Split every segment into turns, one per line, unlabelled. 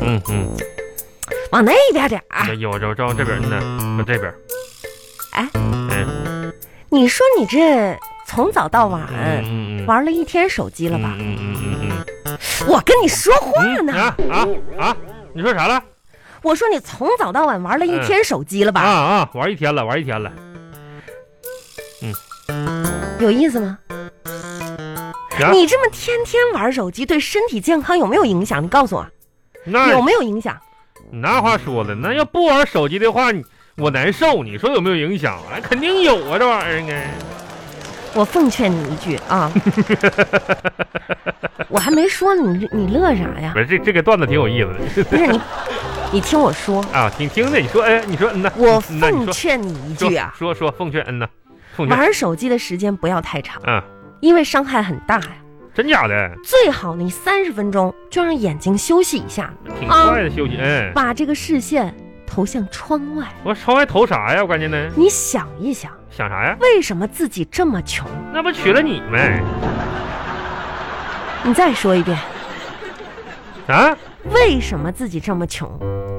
嗯嗯，
往那边点儿。啊
有有照这边呢，就这边。
哎，
嗯
你说你这从早到晚、
嗯嗯嗯，
玩了一天手机哎了吧？
嗯嗯嗯嗯
我跟你说话
嗯
呢，
啊啊啊！你说啥了？
我说你从早到晚玩了一天手机了
啊
吧？
啊，玩一天了，玩一天了。嗯
有意思吗？你这么天天玩手机，对身体健康有没有影响？你告诉我，
那
有没有影响？
那话说的，那要不玩手机的话，你我难受。你说有没有影响？哎，肯定有啊，这玩意儿应该。
我奉劝你一句 啊，我还没说你你乐啥呀
不？是这这个段子挺有意思
不是你，你听我说，
的啊，挺听的。你说，哎，你说，嗯呐，
我
嗯那你
奉
说
劝你一
说
句啊，
说说奉劝，嗯呐，奉劝，
玩手机的时间不要太长，
嗯，
因为伤害很大呀。
真假的，
最好你三十分钟就让眼睛休息一下，
挺快的休息。嗯，
把这个视线投向窗外。
我窗外投啥呀？我感觉呢，
你想一想，
想啥呀？
为什么自己这么穷？
那不娶了你们
你再说一遍，
啊？
为什么自己这么穷？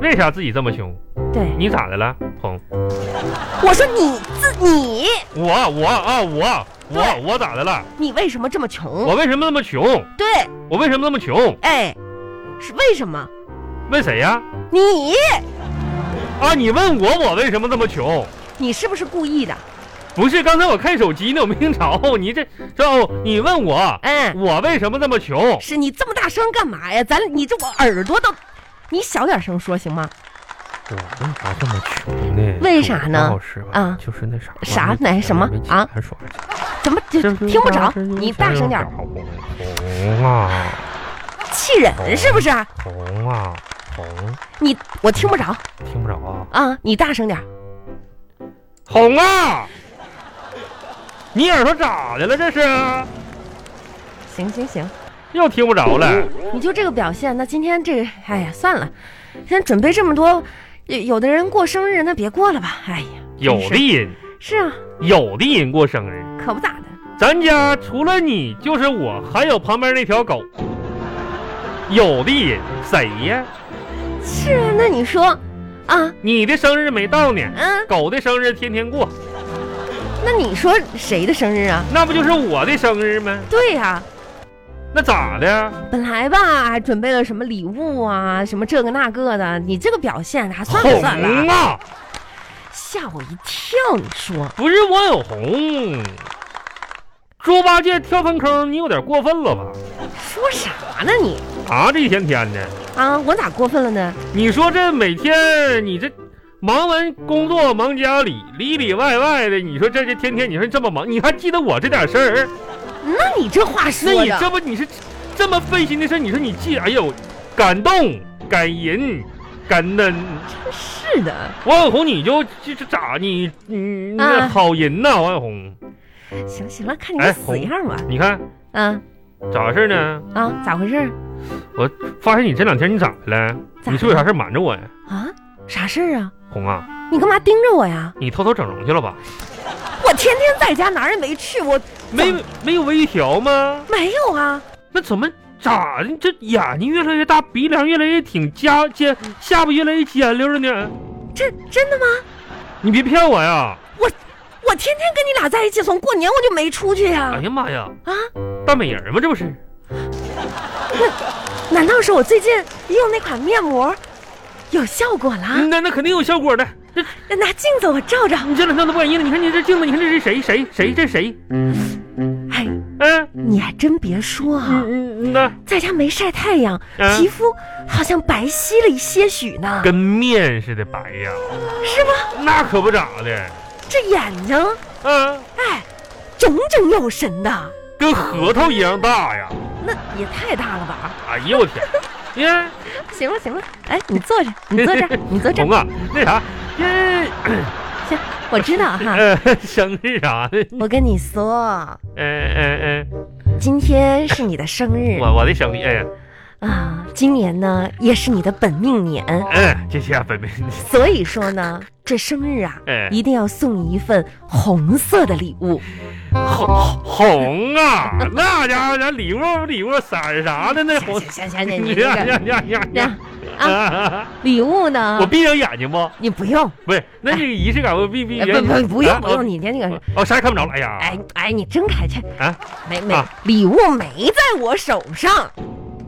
为啥自己这么凶？
对，
你咋的了，鹏？
我说你自你，
我我啊我我
对
我咋的了？
你为什么这么穷？
我为什么那么穷？
对，
我为什么那么穷？
哎，是为什么？
问谁呀？
你
啊，你问我我为什么这么穷？
你是不是故意的？
不是，刚才我看手机呢，我没听着。你这这哦，你问我，
嗯，
哎我为什么这么穷？
是你这么大声干嘛呀？咱你这我耳朵都，你小点声说行吗？
我为啥这么穷呢
为啥呢
老师吧，
啊
就是那啥
啥哪什么啊？
还说
怎么就听不着？你大声点儿，
红 啊
气人是不是？
红啊红，
你我听不着
听不着啊
啊！你大声点儿，
红啊！你耳朵咋的了？这是
行行行，
又听不着了。
你就这个表现，那今天这哎呀算了，先准备这么多，有有的人过生日那别过了吧？哎呀，
有的人，
是啊，
有的人过生日，
可不咋的。
咱家除了你就是我，还有旁边那条狗。有的人谁呀？
是啊，那你说啊，
你的生日没到呢，
嗯，
狗的生日天天过，
那你说谁的生日啊？
那不就是我的生日吗？
对呀、
那咋的？
本来吧，还准备了什么礼物啊，什么这个那个的，你这个表现还算不
红
算了？
啊！
吓我一跳！你说
不是网友红，猪八戒跳粪坑，你有点过分了吧？
说啥呢你
啊，这一天天的，
啊？我咋过分了呢？
你说这每天你这忙完工作忙家里，里里外外的，你说这这天天你说这么忙，你还记得我这点事儿？
那你这话
那
说
你
的，
这不你是这么费心的事儿，你说你记，哎呦，感动、感人、感恩，
是的。
王小红你就这这咋你你那
啊
好人呐、王小红，
行行了，看你
哎
个死样吧。
你看
嗯
咋回事呢？
啊，咋回事儿
发现你这两天你咋的了？
咋
你是不是有啥事儿瞒着我呀？
啊？啥事儿啊？
红啊，
你干嘛盯着我呀？
你偷偷整容去了吧？
我天天在家，哪儿也没去，我
没没有微调吗？
没有啊。
那怎么咋的？你这眼睛越来越大，鼻梁越来越挺，加尖下巴越来越尖溜了呢？
这真的吗？
你别骗我呀！
我天天跟你俩在一起，从过年我就没出去呀、
哎呀妈呀，
啊，
大美人吗？这不是？
难道是我最近用那款面膜有效果啦？
嗯那那肯定有效果的。这
拿镜子我照照。
你这两天都不敢意了，你看你这镜子，你看这是谁谁谁这谁？
哎，
嗯
你还真别说啊，
嗯嗯，那
在家没晒太阳，
嗯
皮肤好像白皙了一些许呢，
跟面似的白呀，
是吧？
那可不咋的。
这眼睛，
嗯、
哎，炯炯有神的，
跟核桃一样大呀！
那也太大了吧？
哎呦我天！耶，
行了行了，哎，你坐着，你坐这 儿，你坐这啊
红
儿，
啊，那啥，耶，
行，我知道哈。
呃，生日啥的，
我跟你说，
嗯嗯
今天是你的生日
嗯，我我的生日，哎呀，
啊，今年呢也是你的本命年。
嗯，谢谢啊，本本，
所以说呢，这生日啊，
哎
一定要送你一份红色的礼 物。
红红啊，那家伙，咱礼物礼物色儿啥的那
行
红，
行行行，你
你
这
呀
个
呀呀呀
这样
呀，
啊，礼物呢
我？闭上眼睛不？
你不用，
不是，那这个仪式感我必必
哎
原
不不不用不用，你
你
的那个，
啊哦啥也看不着了。哎呀，
哎哎，你睁开去，
啊
没没
啊
礼物没在我手上，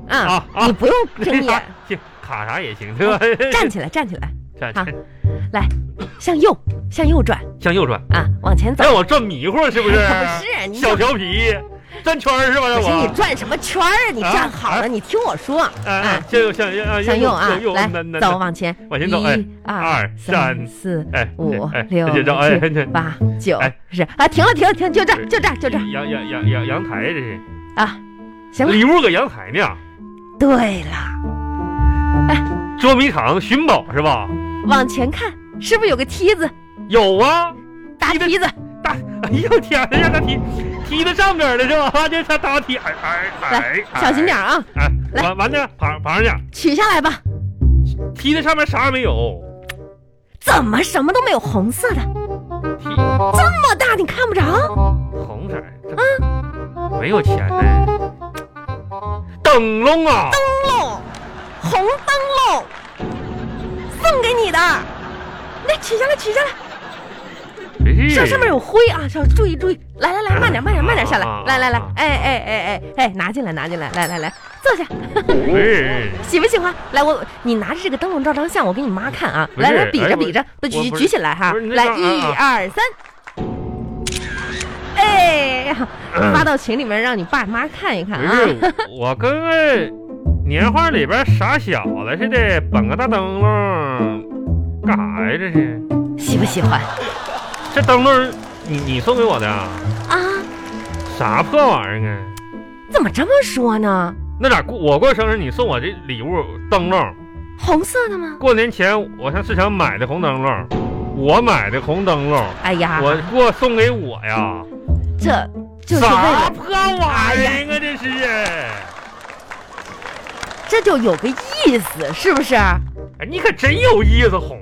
啊
啊，啊
你不用睁眼，
行，卡啥也行，对吧？
站起来站起来，
站
好
站
来，向右向右转
向右转，
啊，往前走。
让我转迷糊是不是？
不是你
小调皮，转圈儿是吧？让
不是你
我
转什么圈儿啊？你
啊
站好了，
啊
你听我说
啊
啊，，
向右向右啊
向右啊
向右，
来
那那
走往前，
往前走哎
一二
二
三
三
四
哎
五
哎
六
这招哎
七
这
八九
哎
十啊，停了停了停了，就这儿就这儿就这儿
阳阳阳阳阳台这是，
啊，行了，
礼物搁阳台呢，
对了，
捉迷藏寻宝是吧？
往前看，是不是有个梯子？
有啊，
大
梯子
梯子，
大， 哎呦天呀，那梯梯子上边了是吧？ 这他搭梯，哎哎
来
哎，
小心点儿啊，
哎，
来
完完呢，爬爬上去，
取下来吧。
梯子上面啥也没有，
怎么什么都没有？红色的，
梯
这么大你看不着？
红色儿，这
啊
没有钱 呢，灯笼啊，
灯笼，红灯笼，送给你的，来取下来，取下来。
真是
上上面有灰啊，小注意注意，来来来，慢点慢点慢点下来，
啊
来来来，哎哎哎哎哎，拿进来拿进来，来来来，坐下，
不是，
喜不喜欢？来我你拿着这个灯笼照张相，我给你妈看啊，
不是
来来比
哎
着
我
比着，不
我
举
不是
举起来哈，
不是你那
来
张
一
啊
二三，哎， 好发到群里面让你爸妈看一看
不
啊，
是，哎我跟个年画里边傻小子似的，绑个大灯笼，干啥呀？这是，
喜不喜欢
这灯笼你你送给我的啊，
啊？
啥破玩意儿啊？
怎么这么说呢？
那咋过我过生日你送我这礼物灯笼？
红色的吗？
过年前我上市场买的红灯笼，我买的红灯笼，
哎呀，
我过送给我呀，
这就是为
啥
了，
破玩意儿啊？这是。
这就有个意思，是不是？
哎，你可真有意思，红。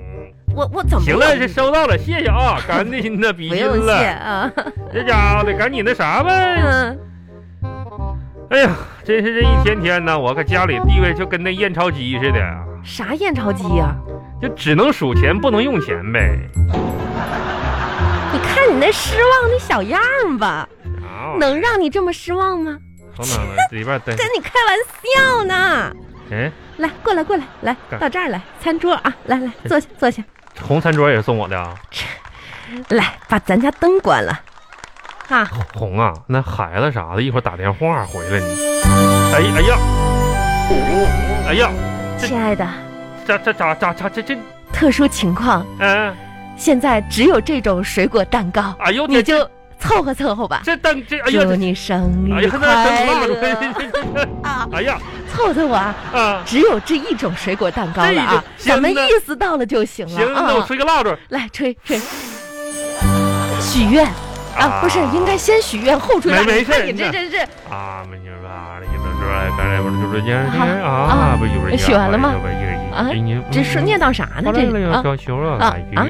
我我怎么
行了，这收到了，谢谢 啊，感恩的心呐，比
不
心
用谢
了。
啊，
这家伙的，赶紧那啥呗。
嗯，
哎呀，真是这一天天呢，我搁家里地位就跟那验钞机似的，啊
啥验钞机呀？
就只能数钱不能用钱呗。
你看你那失望的小样儿吧，
啊，
能让你这么失望吗？
从哪儿里边 登？
跟你开玩笑呢。
哎，
来，过来，过来，来
干哎
到这儿来，餐桌啊，来来，坐下，坐下，
红餐桌也是送我的啊。
来，把咱家灯关了，啊，
红啊，那孩子啥的，一会儿打电话回来你。哎哎呀，哎呀，这
亲爱的，
咋咋咋咋咋这这，
特殊情况，
嗯、
现在只有这种水果蛋糕，
哎呦
你
天，
就凑合凑合吧。
这蛋这，哎呀，
祝
这
你生
哎
日
呀，还
快
在那
乐
灯蜡烛，
啊！
哎呀
凑凑合啊，
啊，
只有这一种水果蛋糕了啊，
这一
咱
种
们
哎行的
意思到了就行了
行，那我
啊。
吹个蜡烛。
来吹吹，许愿啊，不是应该先许愿后吹蜡烛？
没没事
你看你这
那
真是
啊，没事吧？一本书，本来本就是这样啊，不有人
啊这是念叨啥呢？
后来
这
了
啊，
要修了，啊啊，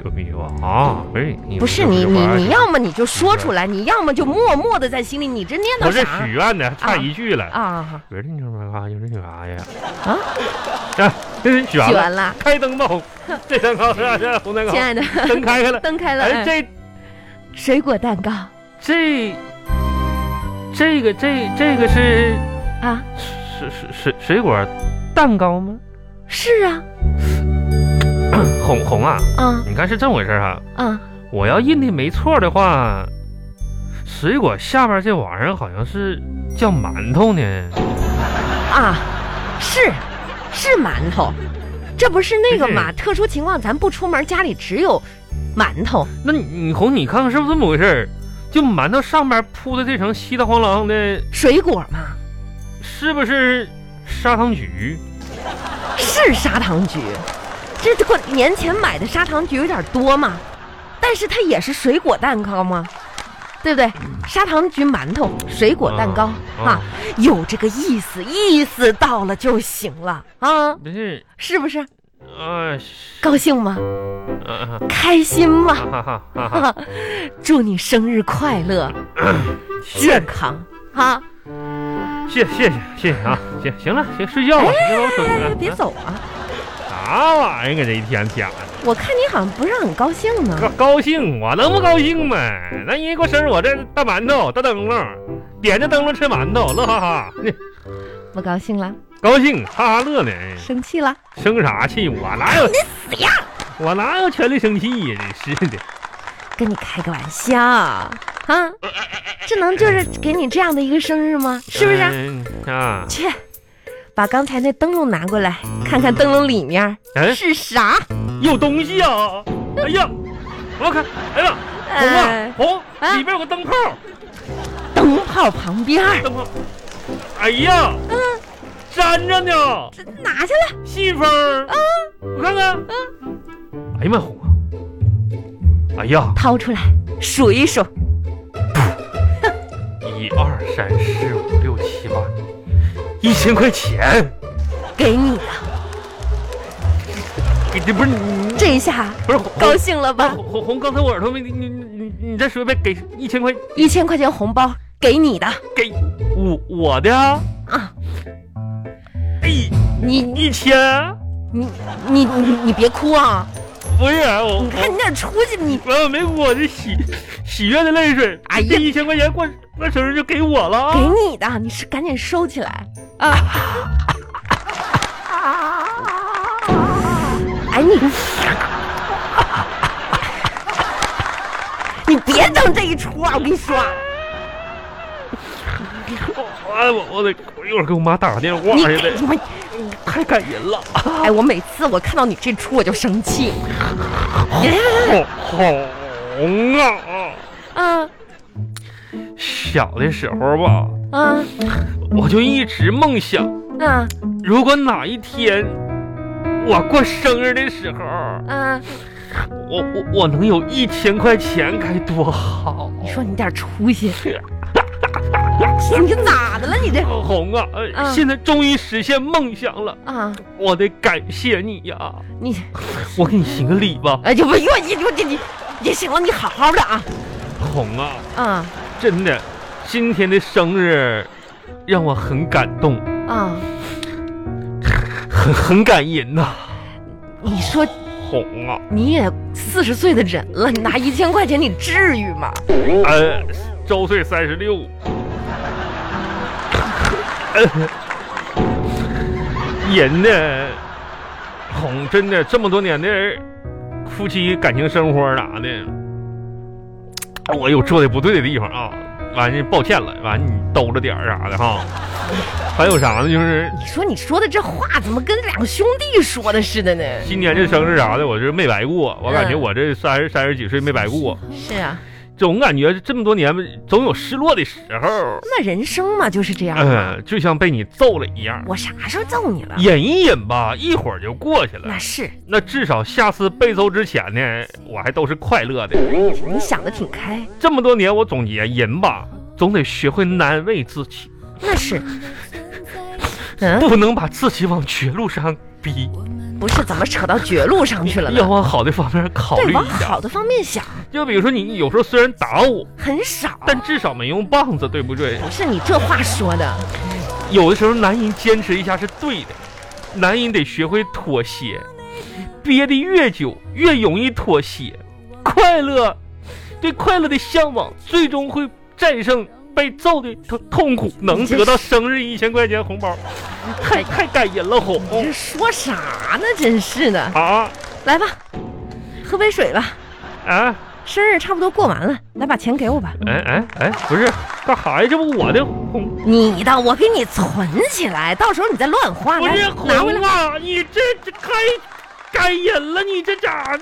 不是你
不是你你你要么你就说出来，你要么就默默的在心里，你这念
不
叨
是
啥
许愿的，差一句了。
啊？
不是你说啥？有人啥呀？啊，这是许
许
完
完
了，哎
了，
开灯吧，这蛋糕是红蛋糕
亲，爱的，
灯开 开了。
灯开了，
哎，
哎
这
水果蛋糕
这这个这这个是
啊，
水水水水果蛋糕吗？
是啊，
红红啊，
啊
你看是这么回事哈、
啊，
我要印的没错的话，水果下边这玩意儿好像是叫馒头呢。
啊，是是馒头，这不是那个嘛？特殊情况咱不出门，家里只有馒头。
那你你红，你看看是不是这么回事儿？就馒头上边铺的这层稀里哗啷的，
水果嘛，
是不是砂糖橘？
是砂糖橘，这过年前买的砂糖橘有点多嘛，但是它也是水果蛋糕嘛，对不对？砂糖橘馒头、水果蛋糕
啊
啊，有这个意思，意思到了就行了啊，
不是，
是不是？
啊，
高兴吗？
啊
开心
啊
吗？
哈哈哈 哈！
祝你生日快乐，
谢
健康啊！
谢谢谢谢啊！行行了，行睡觉吧，别老等
哎，
了。
别走啊！
啥玩意儿？搁这一天天的，
我看你好像不是很高兴
高
呢。
高兴
嗯
我能不高兴吗？那人家过生日，我这大馒头、大灯笼，点着灯笼吃馒头，乐哈哈，
不高兴了，
高兴哈哈乐呢。
生气了，
生啥气？我哪
哎
有
死样！
我哪有权利生气呀？真是的，
跟你开个玩笑啊！这能就是给你这样的一个生日吗？是不是啊？
嗯啊，
去，把刚才那灯笼拿过来，看看灯笼里面
嗯，
是啥。
有东西啊！哎呀，我看，哎呀，红啊
哎，
红，
啊
里边有个灯泡，
灯泡旁边儿，
灯泡，哎呀，
嗯，
粘着呢，
这拿下来。
信封，
嗯，
我看看，哎呀妈，红啊，哎呀，
掏出来数一数，
一二三四五六七八，一千块钱，
给你了。
给这不是你，
这一下
不是红
高兴了吧？
红红红，刚才我耳朵没你你你你再说一遍，给一千块
一千块钱红包给你的
给我我的啊，
啊！
哎
你
一千，
你你你你别哭啊！
不是我
你看
我
你那出息，你
完我没哭，我这喜喜悦的泪水，
哎呀
这一千块钱过过生日就给我了
给
啊，
你的，你是赶紧收起来哦啊！哎你，你别整这一出啊！我跟你说，
我我我得我一会儿给我妈打个电话
你
去呗，
你
太感人 了，
哎，我每次我看到你这出我就生气。
好红啊！
啊
小的时候吧，
啊
我就一直梦想，
啊
如果哪一天我过生日的时候，
啊！
我我我能有一千块钱该多好！
你说你点出息，你咋的了？你这
小红啊，呃
嗯
现在终于实现梦想了，
啊
我得感谢你呀、
你
我给你行个礼吧，
哎就不用你你你你行了，你好好的啊
红啊，
啊
真的，今天的生日让我很感动，
啊！
很很感人呐、
你说
红啊，
你也四十岁的人了，你拿一千块钱，你至于吗？
呃，周岁三十六。呃人呢，哄真的这么多年的夫妻感情生活啥的，我有做的不对的地方啊，完事抱歉了，完你兜着点儿啥的哈。还有啥呢？就是
你说你说的这话怎么跟两个兄弟说的似的呢？
今年这生日啥的，我这没白过，我感觉我这三十三十几岁没白过，
是啊，
总感觉这么多年总有失落的时候。
那人生嘛就是这样。
嗯，就像被你揍了一样，
我啥时候揍你了？
忍一忍吧，一会儿就过去了
那。是
那至少下次被揍之前呢，我还都是快乐的。
你想的挺开，
这么多年，我总结人吧，总得学会难为自己，
那是。嗯，
不能把自己往绝路上逼，
不是怎么扯到绝路上去了
要
呢？
往好的方面考虑
对，往
一下
好。的方面想，
就比如说你有时候虽然打我，
很少。
但至少没用棒子，对不对？
不是你这话说的，
有的时候男人坚持一下是对的，男人得学会妥协，憋得越久越容易妥协。快乐，对快乐的向往，最终会战胜被揍的痛痛苦，能得到生日一千块钱红 包，太太感人了红
你这说啥呢？真是的，
啊
来吧，喝杯水吧。
啊！
生日差不多过完了，来把钱给我吧。
哎哎哎，不是干啥呀？这不我的红，
你的我给你存起来，到时候你再乱花，
不
来
是
拿回
红
来。
啊！你这这太感人了，你这咋？